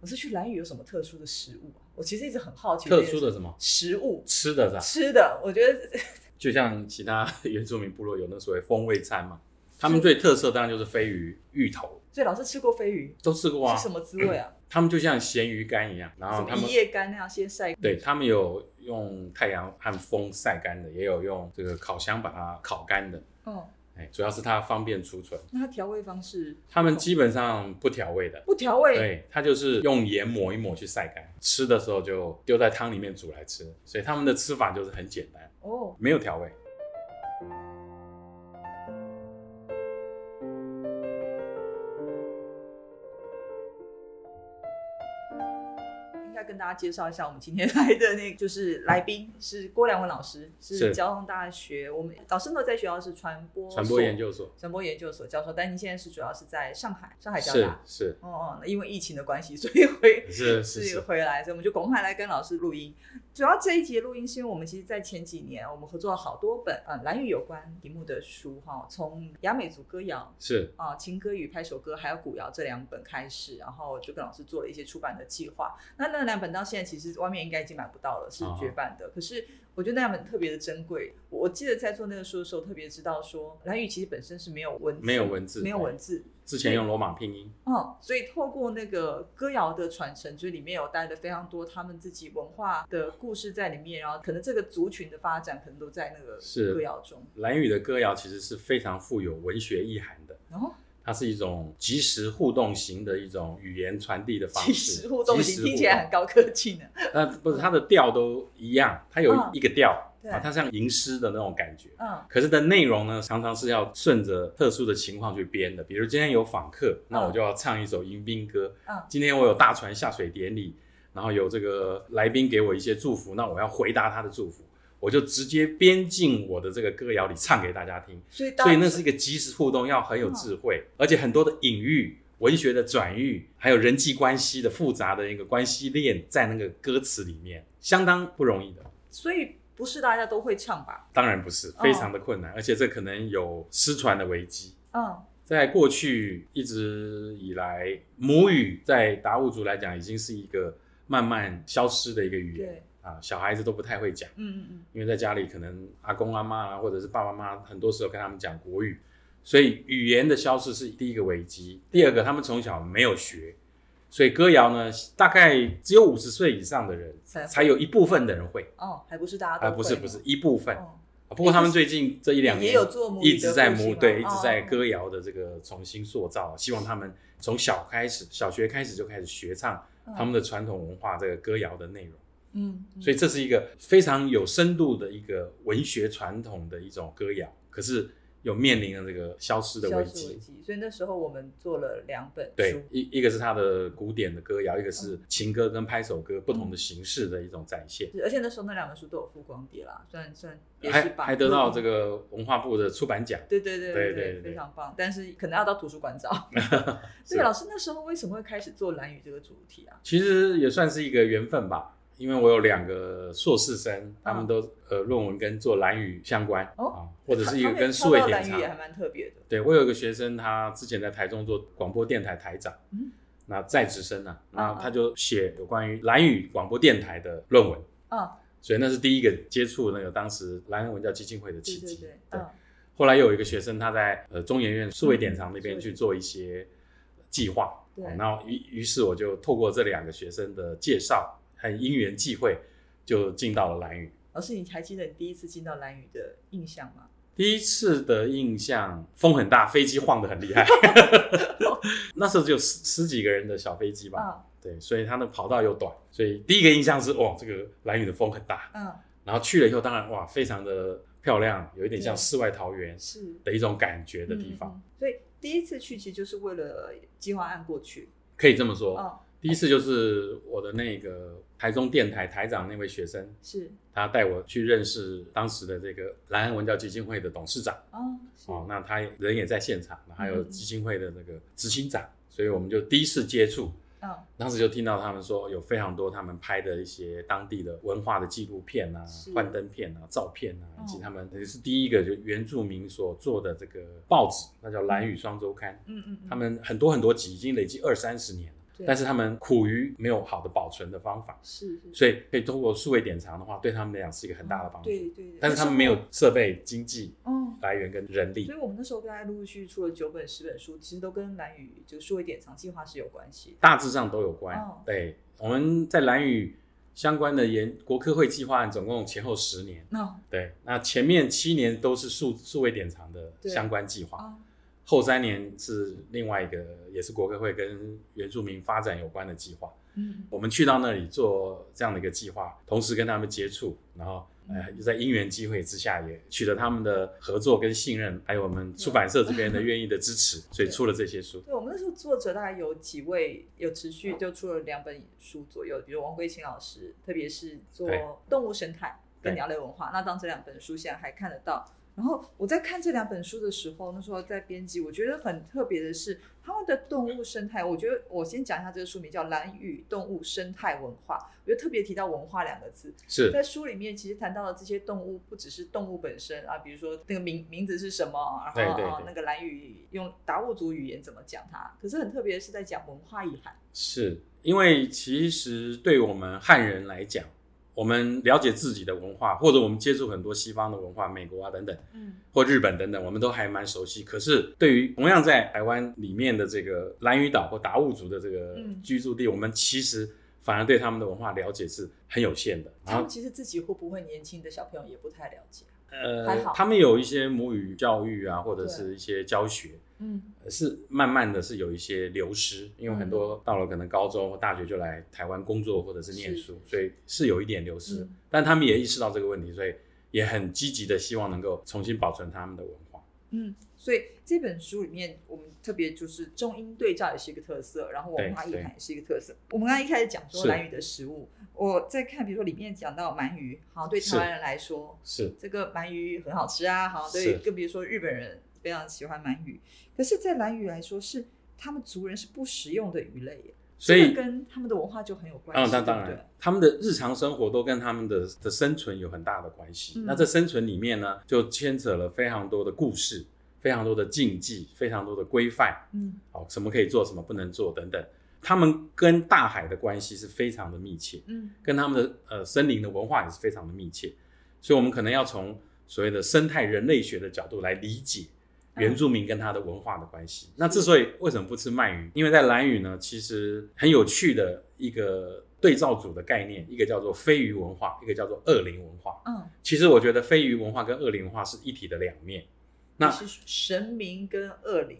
我是去蓝屿有什么特殊的食物啊？我其实一直很好奇这特件事。殊的什啊么食物吃的是吧？吃的，我觉得 就像其他 原住民部落有那所谓风味餐嘛，他们最特色当然就是飞鱼、芋头，所以老师吃过飞鱼都吃过啊是。什么滋味啊？他们就像咸鱼干一样，然什后么啊他们一夜干那样先晒，对他们有用太阳和风晒干的，也有用这个烤箱把它烤干的。哦，哎，主要是它方便储存。那它调味方式他们基本上不调味的，不调味，对，它就是用盐抹一抹去晒干，吃的时候就丢在汤里面煮来吃，所以他们的吃法就是很简单，哦，没有调味。应该跟大家介绍一下，我们今天来的那个就是来宾是郭良文老师，是是交通大学，我们老师呢在学校哦是传播传所播研究所传播研究所教授，但您现在是主要是在上海，上海交是大。是哦哦，那因为疫情的关系，所以回 是是是是，回来，所以我们就赶快来跟老师录音。主要这一节录音是因为我们其实，在前几年我们合作了好多本啊、呃、蓝语有关题目的书哈，从雅美族歌谣是啊、情歌与拍手歌，还有古谣这两本开始，然后就跟老师做了一些出版的计划。那那两本到现在其实外面应该已经买不到了，是绝版啊的。可是我觉得那两本特别的珍贵。我我记得在做那个书的时候，特别知道说蓝语其实本身是没有文字没有文字没有文字。之前用罗马拼音，嗯，所以透过那个歌谣的传承，就是里面有带了非常多他们自己文化的故事在里面，然后可能这个族群的发展可能都在那个是歌谣中。蓝语的歌谣其实是非常富有文学意涵的。然后它是一种即时互动型的一种语言传递的方即式，时互动已即经时听起来很高科技呢。互动那不是它的调都一样，它有嗯一个调、对啊，它像吟诗的那种感觉。嗯。可是的内容呢，常常是要顺着特殊的情况去编的。比如今天有访客，那我就要唱一首迎宾歌。嗯今天我有大船下水典礼，然后有这个来宾给我一些祝福，那我要回答他的祝福，我就直接编进我的这个歌谣里唱给大家听。所以大所以那是一个即时互动，要很有智慧，而且很多的隐喻、文学的转喻，还有人际关系的复杂的一个关系链，在那个歌词里面，相当不容易的。所以不是大家都会唱吧？当然不是，非常的困难，而且这可能有失传的危机。嗯，在过去一直以来，母语在达悟族来讲已经是一个慢慢消失的一个语言对，啊，小孩子都不太会讲。嗯嗯嗯，因为在家里可能阿公阿妈啊，或者是爸爸妈妈，很多时候跟他们讲国语，所以语言的消失是第一个危机。第二个，他们从小没有学，所以歌谣呢，大概只有五十岁以上的人才才有一部分的人会，哦，还不是大呃家都啊，会、不是不是，一部分。哦，啊不过他们最近这一两也年有做母语的一直在复习母吗对，一直在哦歌谣的这个重新塑造，希望他们从小开始，小学开始就开始学唱嗯他们的传统文化这个歌谣的内容。嗯，嗯所以这是一个非常有深度的一个文学传统的一种歌谣，可是有面临了这个消失的消危失机危。机。所以那时候我们做了两本书对，，一一个是它的古典的歌谣，一个嗯是情歌跟拍手歌不同的形式的一种展现，是而且那时候那两本书都有附光碟啦，虽然虽然也是嗯还版还得到这个文化部的出版奖。对对对对对对对非常棒。但是可能要到图书馆 找。对，老师那时候为什么会开始做蓝语这个主题啊？其实也算是一个缘分吧，因为我有两个硕士生，他们都呃论文跟做蓝语相关嗯哦啊，或者是一他个们跟跳数位到典蓝藏语也还蛮特别的。对我有一个学生，他之前在台中做广播电台台长，嗯那在职生啊，啊那他就写有关于蓝语广播电台的论文，啊，所以那是第一个接触那个当时蓝文教基金会的对契对机。对，对嗯后来又有一个学生，他在呃中研院数位典藏那嗯边数位去做一些计划，对哦然后于于是我就透过这两个学生的介绍，很因缘际会，就进到了蓝语。老师你还记得你第一次进到蓝语的印象吗？第一次的印象，风很大，飞机晃得很厉害。 那时候只有十十几个人的小飞机吧，啊，对，所以它的跑道又短，所以第一个印象是哇，这个蓝雨的风很大。嗯，然后去了以后，当然哇，非常的漂亮，有一点像对世外桃源嗯是。的一种感觉的地方，嗯嗯嗯所以第一次去其实就是为了计划案过去。可以这么说。哦，第一次就是我的那个台中电台台长那位学生，是他带我去认识当时的这个蓝安文教基金会的董事长。哦，是哦，那他人也在现场，还有嗯基金会的那个执行长，所以我们就第一次接触，嗯，当时就听到他们说有非常多他们拍的一些当地的文化的纪录片啊是、幻灯片啊、照片啊，嗯以及他们也是第一个就原住民所做的这个报纸，那叫《蓝屿双周刊》，嗯嗯嗯，他们很多很多集，已经累积二三十年了。对但是他们苦于没有好的保存的方法，是是所以可以通过数位典藏的话，对他们来讲是一个很大的帮助。哦对对对，但是他们没有设备、经济嗯。来源跟人力所以，。我们那时候大概陆陆续续出了九本、十本书，其实都跟蓝宇这个数位典藏计划是有关系的。大致上都有关。哦对，我们在蓝宇相关的研国科会计划案，总共前后十年。那对，那前面七年都是数数位典藏的对相关计划，啊，后三年是另外一个也是国科会跟原住民发展有关的计划。嗯，我们去到那里做这样的一个计划，同时跟他们接触，然后呃嗯在因缘机会之下，也取得他们的合作跟信任，还有我们出版社这边的愿意的支持，所以出了这些书。嗯对，我们那时候作者大概有几位有持续就出了两本书左右，比如王桂清老师，特别是做对动物生态跟对鸟类文化，那当这两本书现在还看得到。然后我在看这两本书的时候，那时候在编辑，我觉得很特别的是他们的动物生态。我觉得我先讲一下这个书名叫《蓝屿动物生态文化》，我就特别提到“文化”两个字，是在书里面其实谈到的这些动物，不只是动物本身啊，比如说那个名名字是什么，然后对对啊对那个蓝语用达悟族语言怎么讲它，可是很特别是在讲文化遗憾。是因为其实对我们汉人来讲，我们了解自己的文化，或者我们接触很多西方的文化，美国啊等等，嗯，或日本等等，我们都还蛮熟悉。可是对于同样在台湾里面的这个兰屿岛或达悟族的这个嗯居住地，我们其实反而对他们的文化了解是很有限的。然他后们其实自己会不会年轻的小朋友也不太了解。啊嗯还呃好，他们有一些母语教育啊，或者对是一些教学，嗯，呃是慢慢的是有一些流失，因为很多到了可能高中或大学就来台湾工作或者是念书，是所以是有一点流失。嗯但他们也意识到这个问题，所以也很积极的希望能够重新保存他们的文化。嗯，所以这本书里面，我们特别就是中英对照也是一个特色，然后文化意涵也是一个特色。我们刚刚一开始讲说是蓝语的食物，我在看，比如说里面讲到鳗鱼，好，对台湾人来说，是这个鳗鱼很好吃啊，好，对，是更别说日本人非常喜欢鳗鱼。可是，在蓝鱼来说，是他们族人是不食用的鱼类耶，所这以个跟他们的文化就很有关嗯，系，那对当不对然，他们的日常生活都跟他们的的生存有很大的关系。嗯那这生存里面呢，就牵扯了非常多的故事，非常多的禁忌，非常多的规范。嗯哦，什么可以做，什么不能做等等。他们跟大海的关系是非常的密切，嗯跟他们的呃森林的文化也是非常的密切，所以我们可能要从所谓的生态人类学的角度来理解嗯原住民跟他的文化的关系。那之所以为什么不吃鳗鱼，因为在兰屿呢，其实很有趣的一个对照组的概念，一个叫做飞鱼文化，一个叫做恶灵文化。嗯，其实我觉得飞鱼文化跟恶灵文化是一体的两面。那也是神明跟恶灵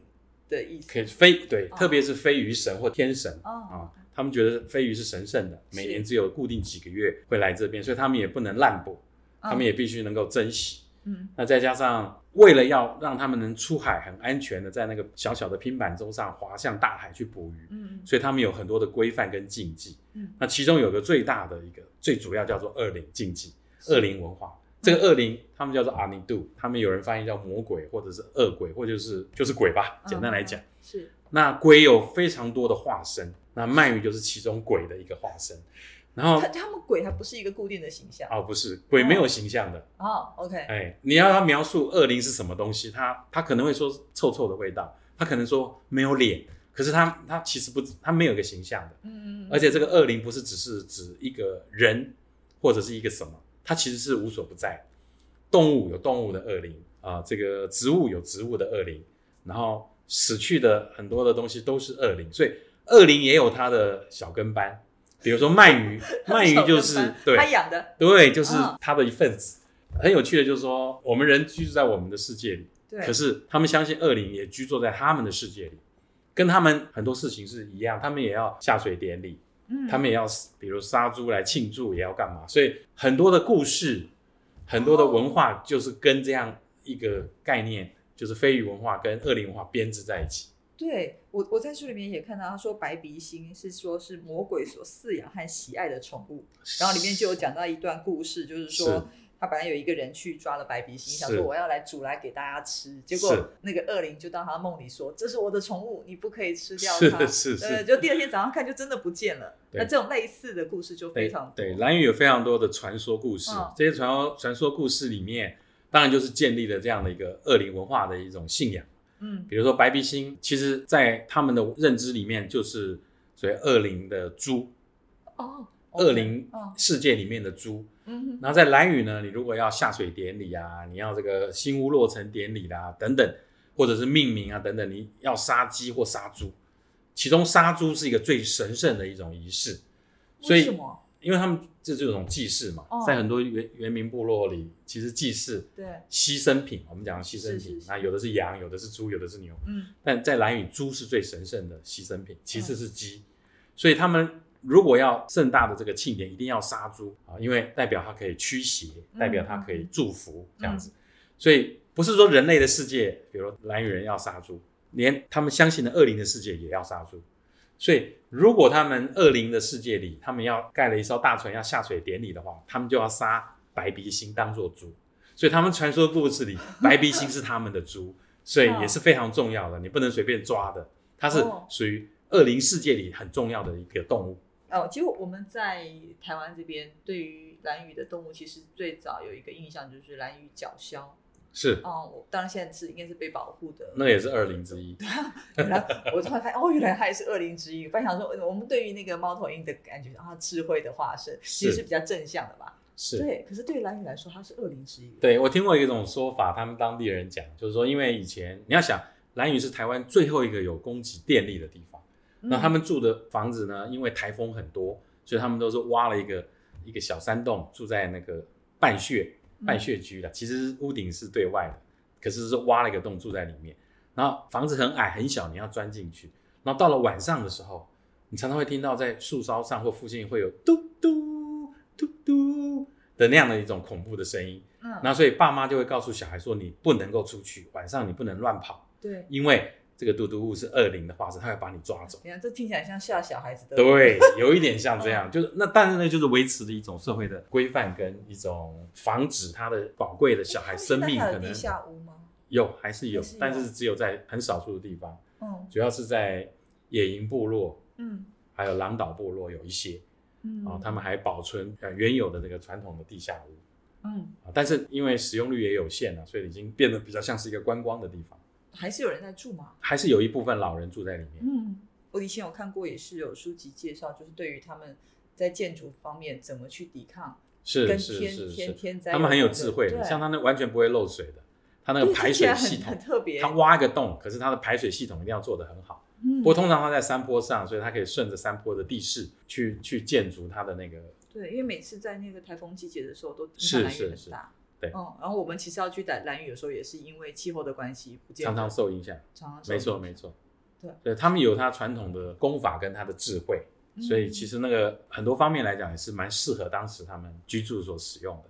的意思，可以飞，对，哦特别是飞鱼神或天神啊、哦他们觉得飞鱼是神圣的，是每年只有固定几个月会来这边，所以他们也不能滥捕，他们也必须能够珍惜。嗯那再加上为了要让他们能出海很安全的在那个小小的拼板舟上滑向大海去捕鱼，嗯嗯所以他们有很多的规范跟禁忌。嗯那其中有个最大的一个最主要叫做恶灵禁忌，是恶灵文化。这个恶灵，他们叫做阿尼杜，他们有人翻译叫魔鬼，或者是恶鬼，或就是就是鬼吧。简单来讲，嗯是那鬼有非常多的化身，那鳗鱼就是其中鬼的一个化身。然后他他们鬼还不是一个固定的形象哦哦，不是鬼没有形象的，哦，OK，哎，你要他描述恶灵是什么东西，他他可能会说臭臭的味道，他可能说没有脸，可是他他其实不，他没有一个形象的。嗯嗯，嗯而且这个恶灵不是只是指一个人或者是一个什么，它其实是无所不在。动物有动物的恶灵啊、这个植物有植物的恶灵，然后死去的很多的东西都是恶灵，所以恶灵也有它的小跟班。比如说 鳗鱼，鳗鱼就小是跟班对他养的，对，就是嗯它的一份子。很有趣的就是说，我们人居住在我们的世界里，对，可是他们相信恶灵也居住在他们的世界里，跟他们很多事情是一样，他们也要下水典礼，嗯他们也要比如杀猪来庆祝，也要干嘛？所以很多的故事，很多的文化就是跟这样一个概念，就是非语文化跟恶灵文化编织在一起。对我，我在书里面也看到，他说白鼻星是说是魔鬼所饲养和喜爱的宠物，然后里面就有讲到一段故事，就是说是他本来有一个人去抓了白鼻星，是想说我要来煮来给大家吃，结是果那个恶灵就到他梦里说这是我的宠物，你不可以吃掉它是。是呃，是，就第二天早上看就真的不见了。对那这种类似的故事就非对常多。对，蓝屿有非常多的传说故事嗯，这些传说传说故事里面，当然就是建立了这样的一个恶灵文化的一种信仰。嗯比如说白鼻星，其实在他们的认知里面就是。所谓恶灵的猪，哦，恶灵哦，世界里面的猪。嗯哼，然后在蓝屿呢，你如果要下水典礼啊，你要这个新屋落成典礼啦、等等，或者是命名啊等等，你要杀鸡或杀猪，其中杀猪是一个最神圣的一种仪式，所为以什么？因为他们这这种祭祀嘛，哦在很多原原民部落里，其实祭祀对，牺牲品，我们讲牺牲是品，是是那有的是羊，有的是猪，有的是牛，嗯，但在蓝屿，猪是最神圣的牺牲品，其次是鸡，所以他们如果要盛大的这个庆典，一定要杀猪啊，因为代表它可以驱邪，嗯代表它可以祝福这样子。所以不是说人类的世界，比如说蓝屿人要杀猪，连他们相信的恶灵的世界也要杀猪。所以如果他们恶灵的世界里，他们要盖了一艘大船要下水典礼的话，他们就要杀白鼻星当做猪。所以他们传说故事里，白鼻星是他们的猪，所以也是非常重要的，你不能随便抓的。它是哦属于恶灵世界里很重要的一个动物。哦，其实我们在台湾这边对于蓝屿的动物，其实最早有一个印象就是蓝屿角鸮，是，哦，我当然现在是应该是被保护的，那也是恶灵之一。原来我突然发现，哦，原来它也是恶灵之一。本来想说，呃我们对于那个猫头鹰的感觉，啊，智慧的化身，其实是是比较正向的吧？是，对。可是对于蓝宇来说，它是恶灵之一。，对我听过一种说法，他们当地人讲，就是说，因为以前你要想，兰屿是台湾最后一个有供给电力的地方。那他们们住的房子呢，因为台风很多，所以他们都是挖了一个一个小山洞，住在那个半穴嗯半穴居的，其实屋顶是对外的，可是是挖了一个洞住在里面。然后房子很矮很小，你要钻进去。然后到了晚上的时候，你常常会听到在树梢上或附近会有嘟嘟嘟嘟的那样的一种恐怖的声音。嗯，那所以爸妈就会告诉小孩说，你不能够出去，晚上你不能乱跑，对，因为这个嘟嘟物是恶灵的化身，它会把你抓走。你看这听起来像吓小孩子的。，嗯对，有一点像这样，就是那，但是呢，就是维持的一种社会的规范跟一种防止他的宝贵的小孩生命可能地下屋吗？有还是有还是有，但是只有在很少数的地方，嗯主要是在野营部落嗯还有狼岛部落有一些嗯，啊，他们还保存呃原有的这个传统的地下屋嗯，啊，但是因为使用率也有限啊了，所以已经变得比较像是一个观光的地方，还是有人在住吗？还是有一部分老人住在里面。嗯，我以前有看过，也是有书籍介绍，就是对于他们在建筑方面怎么去抵抗是跟是是天天是，天灾，他们很有智慧的，对像他那完全不会漏水的，他那个对排听起水来很系统很。特别，它挖一个洞，可是它的排水系统一定要做得很好。嗯不过通常它在山坡上，所以它可以顺着山坡的地势去去建筑它的那个。对，因为每次在那个台风季节的时候，都是蓝雨是很是大。对嗯，然后我们其实要去蓝蓝雨，有时候也是因为气候的关系，不见常得常受影响。常常没错，没错。对他们有他传统的功法跟他的智慧，嗯所以其实、实那个很多方面来讲也是蛮适合当时他们居住所使用的。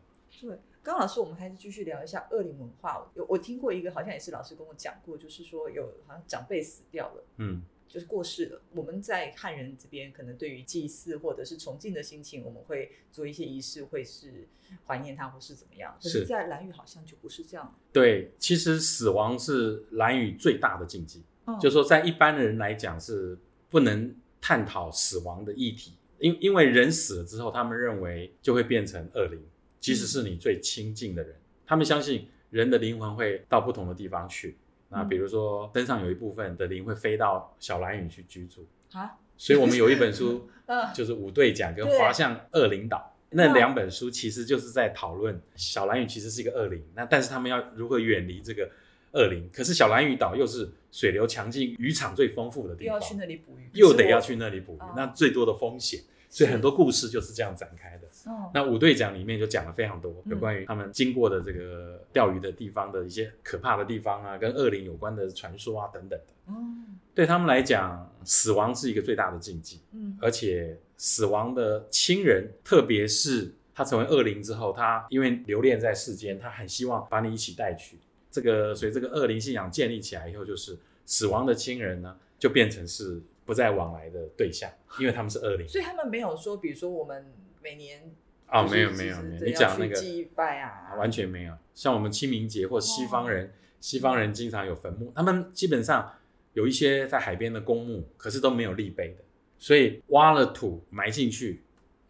对。刚刚老师，我们还是继续聊一下恶灵文化。有我听过一个，好像也是老师跟我讲过，就是说有好像长辈死掉了，嗯，就是过世了。我们在汉人这边，可能对于祭祀或者是崇敬的心情，我们会做一些仪式，会是怀念他或是怎么样。可是，是在蓝屿好像就不是这样了。对，其实死亡是蓝语最大的禁忌。嗯就说在一般人来讲是不能探讨死亡的议题，因因为人死了之后，他们认为就会变成恶灵，即使是你最亲近的人，他们相信人的灵魂会到不同的地方去。那比如说身上有一部分的灵会飞到小蓝屿去居住，啊，所以我们有一本书嗯，就是《五对讲》跟对《滑向恶灵岛》那两本书，其实就是在讨论小蓝屿其实是一个恶灵，那但是他们要如何远离这个恶灵？可是小蓝屿岛又是水流强劲、渔场最丰富的又地要方，去那里捕鱼，又得要去那里捕鱼哦，那最多的风险，所以很多故事就是这样展开的。嗯，那五对讲里面就讲了非常多有关于他们经过的这个钓鱼的地方的一些可怕的地方啊，跟恶灵有关的传说啊等等的。嗯对他们来讲，死亡是一个最大的禁忌。嗯而且死亡的亲人，特别是他成为恶灵之后，他因为留恋在世间，他很希望把你一起带去。这个所以这个恶灵信仰建立起来以后，就是死亡的亲人呢，就变成是不再往来的对象，因为他们是恶灵所以他们没有说，比如说我们每年呃啊、就是没有其没有实没有，这你要讲去那个祭拜啊，完全没有。像我们清明节或西哦方人，西方人经常有坟墓，他们基本上有一些在海边的公墓，可是都没有立碑的，所以挖了土埋进去，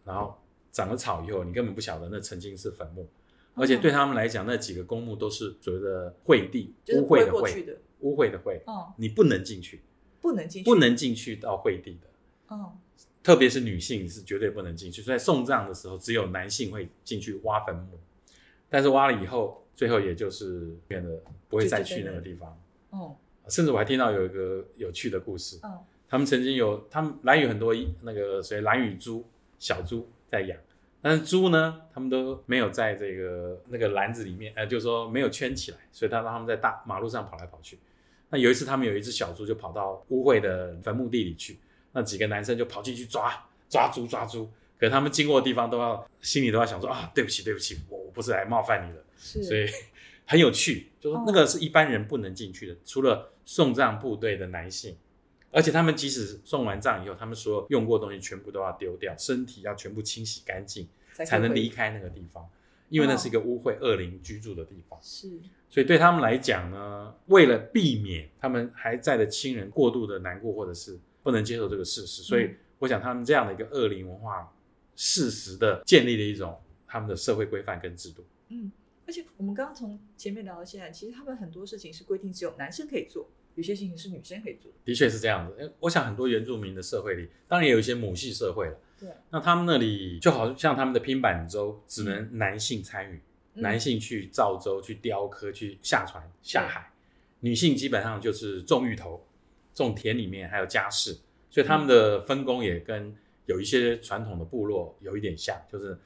然后长了草以后，你根本不晓得那曾经是坟墓。而且对他们来讲，那几个公墓都是所谓的秽地，哦就是污不秽会的过去秽，的，污秽的秽，嗯，你不能进去，不能进去，不能进去到秽地的。嗯，特别是女性是绝对不能进去，所以在送葬的时候，只有男性会进去挖坟墓，但是挖了以后，最后也就是变得不会再去那个地方。哦，甚至我还听到有一个有趣的故事，嗯，他们曾经有他们蓝屿很多那个谁蓝屿猪小猪在养，但是猪呢，他们都没有在这个那个篮子里面，呃，就是说没有圈起来，所以他让他们在大马路上跑来跑去。那有一次，他们有一只小猪就跑到污秽的坟墓地里去，那几个男生就跑进去抓抓猪抓猪，可他们经过的地方都要心里都要想说啊，对不起对不起，我我不是来冒犯你的。是，所以 很有趣，就是哦那个是一般人不能进去的，除了送葬部队的男性，而且他们即使送完葬以后，他们所有用过的东西全部都要丢掉，身体要全部清洗干净，才能离离。开那个地方，因为那哦是一个污秽恶灵居住的地方。是，所以对他们来讲呢，为了避免他们还在的亲人过度的难过，或者是不能接受这个事实，所以嗯我想他们这样的一个恶灵文化，适时的建立了一种他们的社会规范跟制度。嗯，而且我们刚刚从前面聊到现在，其实他们很多事情是规定只有男生可以做，有些事情是女生可以做。的确是这样子。呃我想很多原住民的社会里，当然也有一些母系社会了。对，那他们那里就好像他们的拼板舟，只能男性参与，嗯男性去造舟、去雕刻、去下船、下海；女性基本上就是种芋头、种田里面，还有家事。所以他们的分工也跟有一些传统的部落有一点像，就是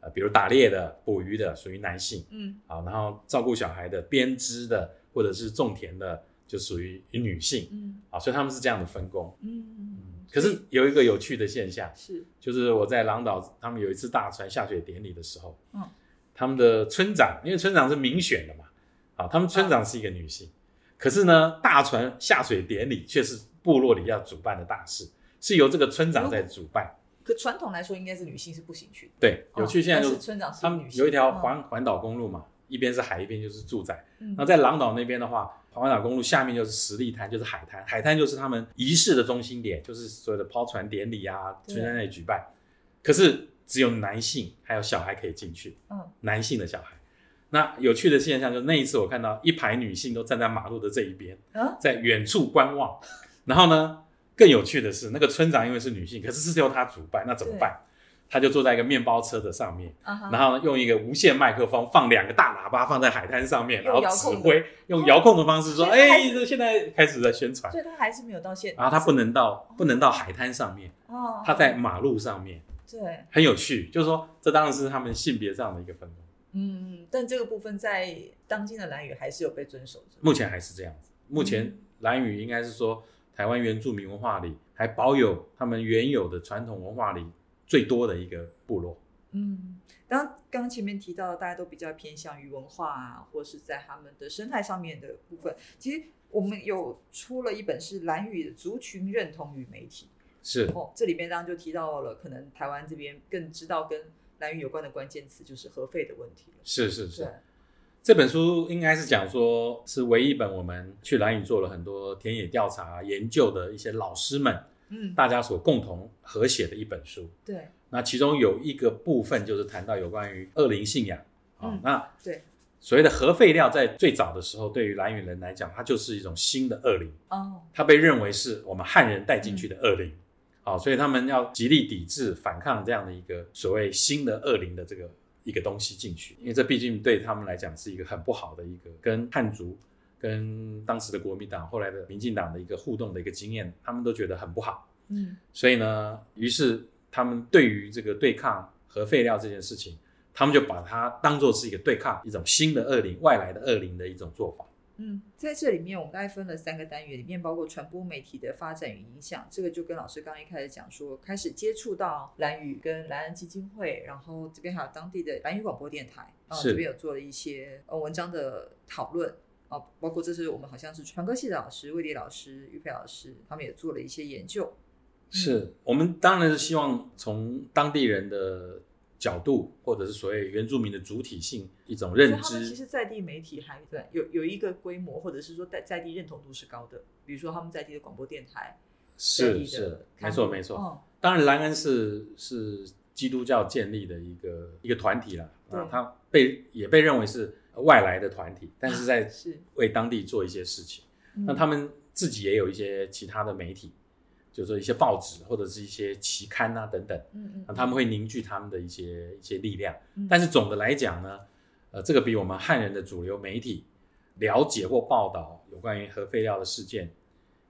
呃，比如打猎的、捕鱼的属于男性，嗯，啊，然后照顾小孩的、编织的或者是种田的就属于女性。嗯啊，所以他们是这样的分工。嗯，可所是以有一个有趣的现象，是，就是我在狼岛，他们有一次大船下水典礼的时候，嗯，他们的村长，因为村长是民选的嘛，啊，他们村长是一个女性，可是呢，大船下水典礼却是部落里要主办的大事，是由这个村长在主办。可传统来说，应该是女性是不行去的。对，有趣。哦现在但就是村长是他们女性有一条嗯环环岛公路嘛，一边是海，一边就是住宅。嗯那在狼岛那边的话，环岛公路下面就是十里滩，就是海滩，海滩就是他们仪式的中心点，就是所有的抛船典礼啊，对就在那里举办。可是只有男性还有小孩可以进去，嗯男性的小孩。那有趣的现象就是那一次我看到一排女性都站在马路的这一边，啊在远处观望。然后呢，更有趣的是，那个村长因为是女性，可是是由她主办，那怎么办？她就坐在一个面包车的上面，啊哈，然后呢用一个无线麦克风放两个大喇叭放在海滩上面，然用后遥指控的挥用遥控的方式说：“所以他哎，还这现在开始在宣传。所以他还是没有到现”，然后啊他不能到不能到海滩上面，哦，他在马路上面，对，很有趣。就是说，这当然是他们性别上的一个分工，嗯，但这个部分在当今的蓝语还是有被遵守着。目前还是这样子。目前蓝语应该是说，台湾原住民文化里还保有他们原有的传统文化里最多的一个部落。嗯，当刚刚前面提到，大家都比较偏向于文化啊，或是在他们的生态上面的部分。其实我们有出了一本是蓝语的族群认同与媒体，是哦，这里面当然就提到了，可能台湾这边更知道跟蓝语有关的关键词就是核废的问题了。是是是对。，这本书应该是讲说，是唯一一本我们去蓝屿做了很多田野调查研究的一些老师们，嗯，大家所共同合写的一本书。对，那其中有一个部分就是谈到有关于恶灵信仰啊、嗯那对所谓的核废料，在最早的时候，对于蓝屿人来讲，它就是一种新的恶灵，哦，它被认为是我们汉人带进去的恶灵。好、所以他们要极力抵制、反抗这样的一个所谓新的恶灵的这个一个东西进去，因为这毕竟对他们来讲是一个很不好的一个跟汉族、跟当时的国民党、后来的民进党的一个互动的一个经验，他们都觉得很不好。嗯所以呢，于是他们对于这个对抗核废料这件事情，他们就把它当做是一个对抗一种新的恶灵、外来的恶灵的一种做法。嗯，在这里面我们大概分了三个单元，里面包括传播媒体的发展与影响，这个就跟老师刚刚一开始讲说，开始接触到蓝宇跟蓝安基金会，然后这边还有当地的蓝宇广播电台，然后是这边有做了一些呃文章的讨论。哦，包括这是我们好像是传歌系的老师魏丽老师、玉佩老师，他们也做了一些研究。是我们当然是希望从当地人的角度，或者是所谓原住民的主体性一种所认以他们其知。实在地媒体还对有有一个规模，或者是说在在地认同度是高的，比如说他们在地的广播电台，在地是的是，刊没错物没错。嗯当然，莱恩是是基督教建立的一个一个团体啦，啊对，它被也被认为是外来的团体，但是在是。为当地做一些事情。那嗯他们自己也有一些其他的媒体，就是说一些报纸或者是一些期刊啊等等，嗯那他们会凝聚他们的一些一些力量。嗯但是总的来讲呢，呃，这个比我们汉人的主流媒体了解或报道有关于核废料的事件，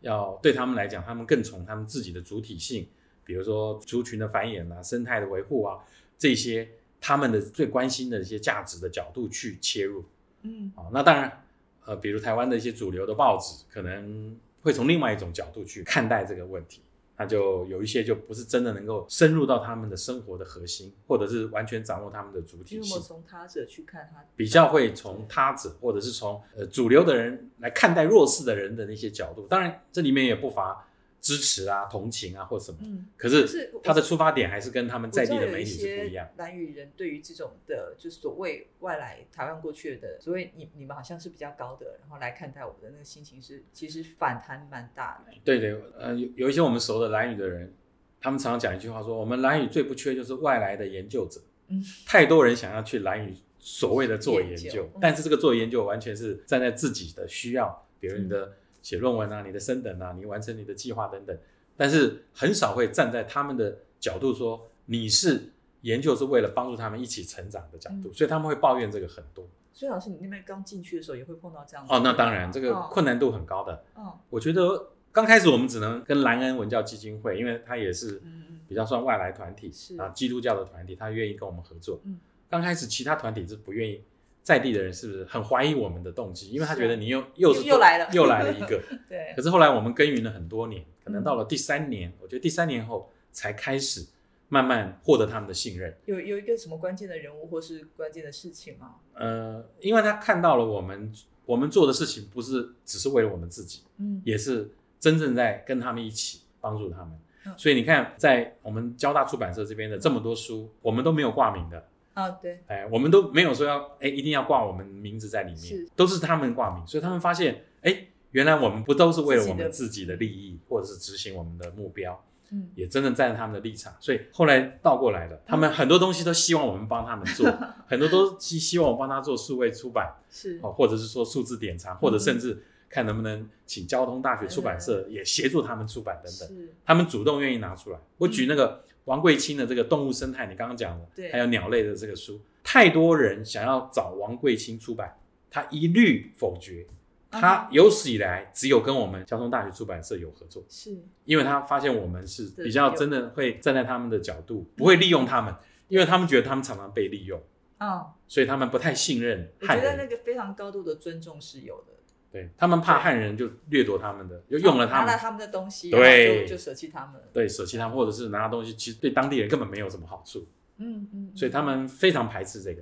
要对他们来讲，他们更从他们自己的主体性，比如说族群的繁衍啊、生态的维护啊这些，他们的最关心的一些价值的角度去切入嗯啊。那当然，呃，比如台湾的一些主流的报纸，可能会从另外一种角度去看待这个问题。那就有一些就不是真的能够深入到他们的生活的核心，或者是完全掌握他们的主体因为我性们。从他者去看他，比较会从他者或者是从呃主流的人来看待弱势的人的那些角度。当然，这里面也不乏支持啊、同情啊或什么。嗯，可就是是我他的出发点还是跟他们在地我知的道有媒一体是不一样些。蓝屿人对于这种的，就是所谓外来台湾过去的，所谓你你们好像是比较高的，然后来看待我们的那个心情是，其实反弹蛮大的。对对，呃，有有一些我们熟的蓝语的人，他们常常讲一句话说：“我们蓝语最不缺就是外来的研究者。”嗯，太多人想要去蓝语所谓的做研研究究嗯，但是这个做研究完全是站在自己的需要，比如你的写论文啊、你的升等啊、你完成你的计划等等，但是很少会站在他们的角度说你是研究是为了帮助他们一起成长的角度，嗯所以他们会抱怨这个很多。所以老师，你那边刚进去的时候也会碰到这样的哦，那当然，这个哦困难度很高的。哦我觉得刚开始我们只能跟兰恩文教基金会，因为他也是嗯嗯比较算外来团体是啊，基督教的团体，他愿意跟我们合作。嗯，刚开始其他团体是不愿意，在地的人是不是很怀疑我们的动机？因为他是觉得你又又是又来了又来了一 个。嗯，对可，是后来我们耕耘了很多年，可能到嗯了第三年，我觉得第三年后才开始慢慢获得他们的信任。有有一个什么关键的人物或是关键的事情吗？呃，因为他看到了我们我们做的事情不是只是为了我们自己，嗯，也是真正在跟他们一起帮助他们嗯。所以你看，在我们交大出版社这边的这么多书，我们都没有挂名的，啊，对，哎，我们都没有说要哎一定要挂我们名字在里面是，都是他们挂名，所以他们发现哎，原来我们不都是为了我自己们的自己的利益，或者是执行我们的目标，嗯，也真正站在他们的立场。所以后来倒过来了，他们很多东西都希望我们帮他们做，很多都希希望我帮他做数位出版，是哦，或者是说数字典藏，嗯或者甚至看能不能请交通大学出版社也协助他们出版等等，是，嗯他们主动愿意拿出来。我举那个王贵清的这个动物生态，你刚刚讲的，对还有鸟类的这个书，太多人想要找王贵清出版，他一律否决。嗯他有史以来只有跟我们交通大学出版社有合作，是因为他发现我们是对比较真的会站在他们的角度，不会利用他们，因为他们觉得他们常常被利用，啊，所以他们不太信任我汉觉人。得那个非常高度的尊重是有的，对他们怕汉人就掠夺他们的，就用了他拿们了，他们的东西，对然后就就舍弃他们了，对，舍弃他们，或者是拿东西，其实对当地人根本没有什么好处，嗯嗯，所以他们非常排斥这个。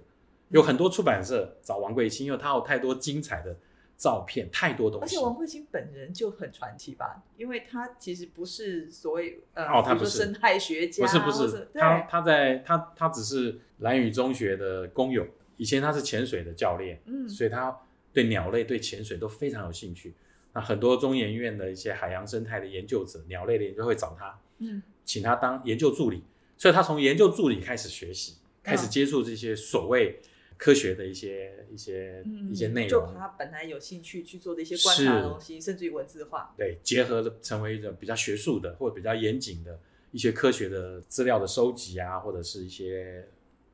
有很多出版社找王贵清，因为他有太多精彩的照片，太多东而西且。王慧清本人就很传奇吧，因为她其实不是所谓呃，哦她比如说不是生态学家，不是不或是者，他对，他在他他只是蓝屿中学的工友，以前他是潜水的教练，嗯，所以他对鸟类、对潜水都非常有兴趣。那很多中研院的一些海洋生态的研究者、鸟类的研究会找他，嗯请他当研究助理，所以他从研究助理开始学习，开嗯始接触这些所谓科学的一些一些、嗯，一些内就容把，他本来有兴趣去做的一些观察的东西，甚至于文字化，对，结合了成为一种比较学术的或者比较严谨的一些科学的资料的收集啊，或者是一些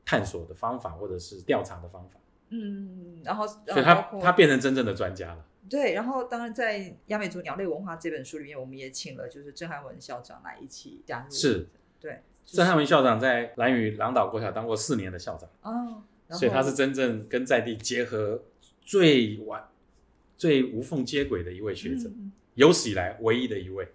探索的方法，或者是调查的方法，嗯，然后所以然后他包括他变成真正的专家了。对，然后当然在《亚美族鸟类文化》这本书里面，我们也请了就是郑汉文校长来一起加入，是对，就是郑汉文校长在兰屿朗岛国小当过四年的校长。哦，然后所以他是真正跟在地结合最完、最无缝接轨的一位学者，嗯嗯有史以来唯一的一位，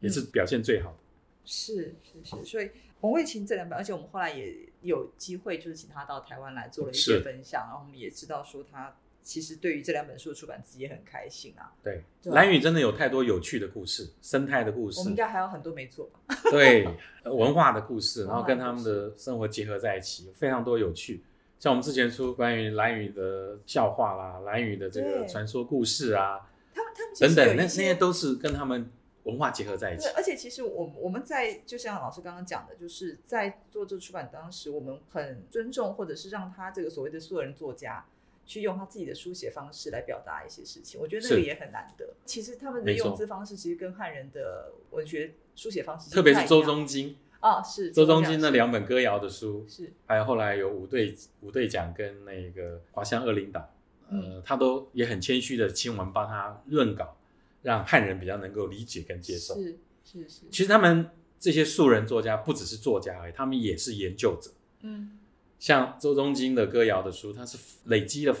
也是表现最好的。是是是，所以王卫勤这两本，而且我们后来也有机会，就是请他到台湾来做了一些是分享，然后我们也知道说他其实对于这两本书的出版自己也很开心啊。对，对蓝屿真的有太多有趣的故事，生态的故我们事应，该还有很多没做吧？ 对，呃文化的故事，文然化后跟他们的生活结合在一起，非常多有趣。像我们之前出关于蓝屿的笑话啦，蓝屿的这个对传说故事啊他们他们其等实等，有一那那些些都是跟他们文化结合在一起对，。而且其实我们我们在就像老师刚刚讲的，就是在做这出版当时，我们很尊重或者是让他这个所谓的素人作家。去用他自己的书写方式来表达一些事情，我觉得那个是也很难得。其实他们的没错用字方式其实跟汉人的文学书写方式不特别太是一周样中金，啊，是周中金那的两本歌谣的书，是还有后来有五队五队奖跟那个华夏二领导，嗯呃，他都也很谦虚的亲王帮他润稿，让汉人比较能够理解跟接受。是是是，其实他们这些素人作家不只是作家而已，他们也是研究者。嗯像周中金的歌谣的书，它是累积了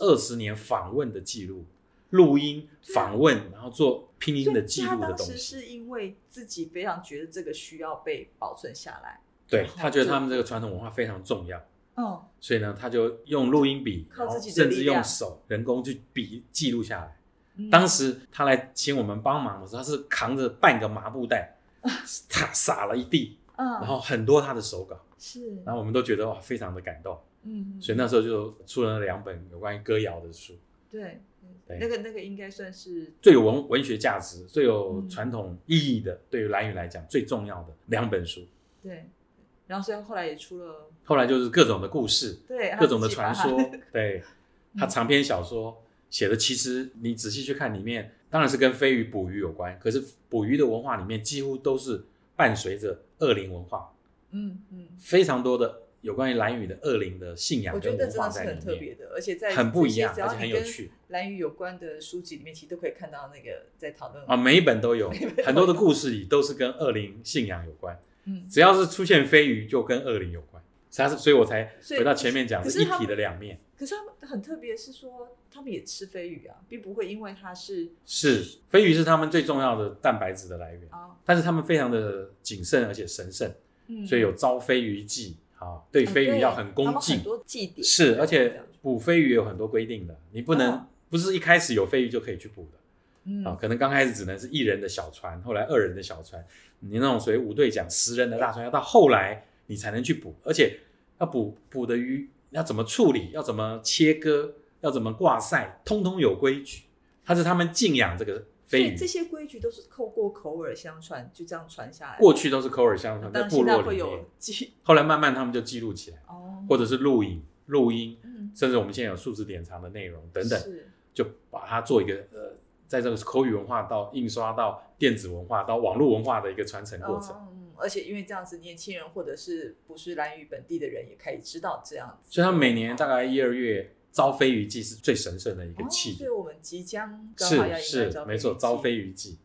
二十年访问的记录、录音、访问，然后做拼音所的以记他录的当东时西。是因为自己非常觉得这个需要被保存下来，对好他觉得这他们这个传统文化非常重要，嗯，所以呢，他就用录音笔，靠然后自己的甚至力量用手人工去笔记录下来。嗯当时他来请我们帮忙的时候，他是扛着半个麻 布袋，撒撒了一地，嗯，然后很多他的手稿，是然后我们都觉得哇，非常的感动。嗯，嗯所以那时候就出了两本有关于歌谣的书。对对那个那个应该算是最有文文学价值、最有嗯传统意义的，对于蓝宇来讲最重要的两本书。对，然后所以后来也出了后来就是各种的故事、对各种的传，他自己把 说，对他长篇小说写的，其实你仔细去看里面，当然是跟飞鱼捕鱼有关，可是捕鱼的文化里面几乎都是伴随着恶灵文化，它嗯嗯，非常多的有关于蓝宇的恶灵的信仰我觉跟得文真的化是在很特里别面，的，而且在很不一样，这些只而要且很你有跟趣蓝宇有关的书籍里面，其实都可以看到那个在讨论啊！每一本 都有本都有很多的故事里都是跟恶灵信仰有关。嗯，只要是出现飞鱼，就跟恶灵有关。它是，所以我才所以回到前面讲可的是一他体的两面。可是他们很特别，是说他们也吃飞鱼啊，并不会因为它是是飞鱼是他们最重要的蛋白质的来源，啊，但是他们非常的谨慎而且神圣，嗯，哎所以有招飞鱼祭啊，对飞鱼要很他恭们敬很。多祭典是，这而且样捕飞鱼有很多规定的，你不能哦不是一开始有飞鱼就可以去捕的嗯啊，可能刚开始只能是一人的小船，后来二人的小船，你那种所谓五队讲十人的大船，要到后来你才能去捕，而且要捕捕的鱼要怎么处理，要怎么切割，要怎么挂晒，通通有规矩。它是他们敬仰这个所飞以鱼这，些规矩都是透过口耳相传，就这样传下来。过去都是口耳相传，当然在部现在落会里有面，记后来慢慢他们就记录起来，哦，或者是录影、录音，嗯甚至我们现在有数字典藏的内容等等，是就把它做一个呃，在这个口语文化到印刷到电子文化到网络文化的一个传承过程。哦嗯，而且因为这样子，年轻人或者是不是兰屿本地的人也可以知道这样子。哦所以他们每年大概一二月招飞鱼季是最神圣的一个哦，季所以节，我们即将刚好要迎是来是飞没错，季招飞，鱼季，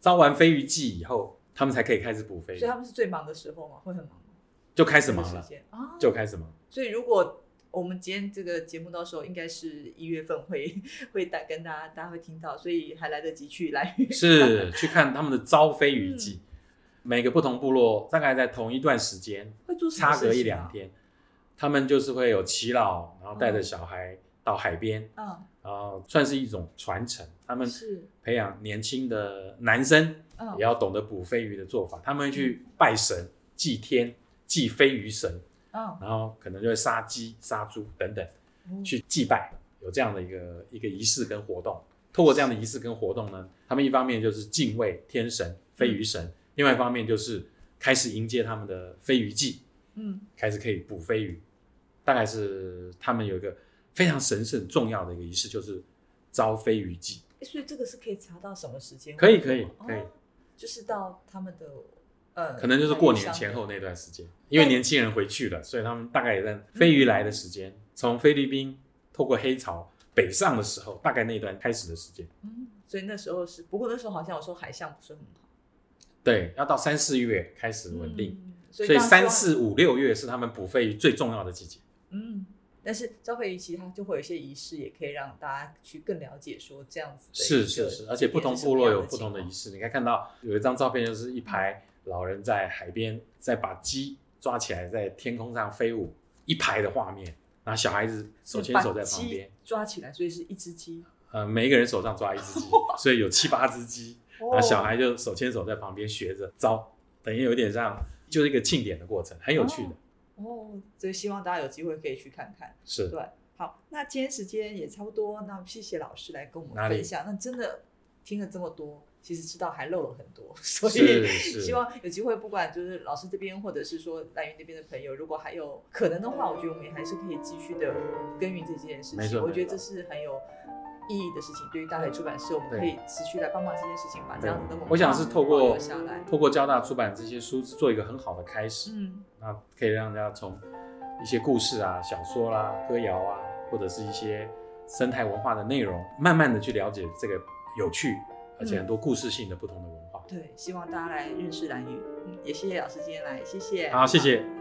招完飞鱼季以后，他们才可以开始捕飞所鱼以，他们是最忙的时候嘛，会很忙吗，就开开始忙了，啊。就开始 忙。所以如果我们今天这个节目到时候应该是一月份会会大跟大家大家会听到，所以还来得及去兰屿。是去看他们的招飞鱼季，嗯每个不同部落大概在同一段时间， 会做什么差隔事一情两啊，天，他们就是会有祈老，然后带着小孩到海边，嗯，然后算是一种传承。他们是，培养年轻的男生嗯也，要懂得捕飞鱼的做法，他们会去拜神、祭天、祭飞鱼神，嗯，然后可能就会杀鸡、杀猪等等嗯去祭拜，有这样的一个一个仪式跟活动。透过这样的仪式跟活动呢，他们一方面就是敬畏天神、飞鱼神，另外一方面就是开始迎接他们的飞鱼季，嗯，开始可以捕飞鱼。大概是他们有一个非常神圣重要的一个仪式，就是招飞鱼季。所以这个是可以查到什么时间？可以可以哦可以就是到他们的呃，可能就是过年前后那段时间，因为年轻人回去了，所以他们大概也嗯在飞鱼来的时间，从菲律宾透过黑潮北上的时候，大概那段开始的时间，嗯，所以那时候是，不过那时候好像我说海象不是很好，对，要到三四月开始稳定，嗯，所所以当时三四五六月是他们捕飞鱼最重要的季节。嗯。但是交配鱼其实它就会有一些仪式，也可以让大家去更了解说这样子的一是个是是，而且不同这边部落是什么样有不同的仪式。你可以看到有一张照片，就是一排老人在海边，再把鸡抓起来，在天空上飞舞，一排的画面，然后小孩子手牵手在旁把边鸡，抓起来，所以是一只鸡，呃，每一个人手上抓一只鸡，所以有七八只鸡，然后小孩就手牵手在旁边学着招，等于有点像就是一个庆典的过程，很有趣的。哦，所以希望大家有机会可以去看看。是对，好，那今天时间也差不多，那谢谢老师来跟我哪们里分享。那真的听了这么多，其实知道还漏了很多， 所是以是，希望有机会，不管就是老师这边，或者是说蓝云那边的朋友，如果还有可能的话，我觉得我们也还是可以继续的耕耘这件事没情。错我没觉得错这是很有意义的事情，对于大学出版社，我们对可以持续来帮忙这件事情，把这样子的文化我想是透保过留下来。透过交大出版这些书做一个很好的开始，嗯，那可以让大家从一些故事啊、小说啦、歌谣啊，或者是一些生态文化的内容，慢慢的去了解这个有趣而且很多故事性的不同的文化。对，希望大家来认识蓝宇。嗯，也谢谢老师今天来，谢谢。好，谢谢。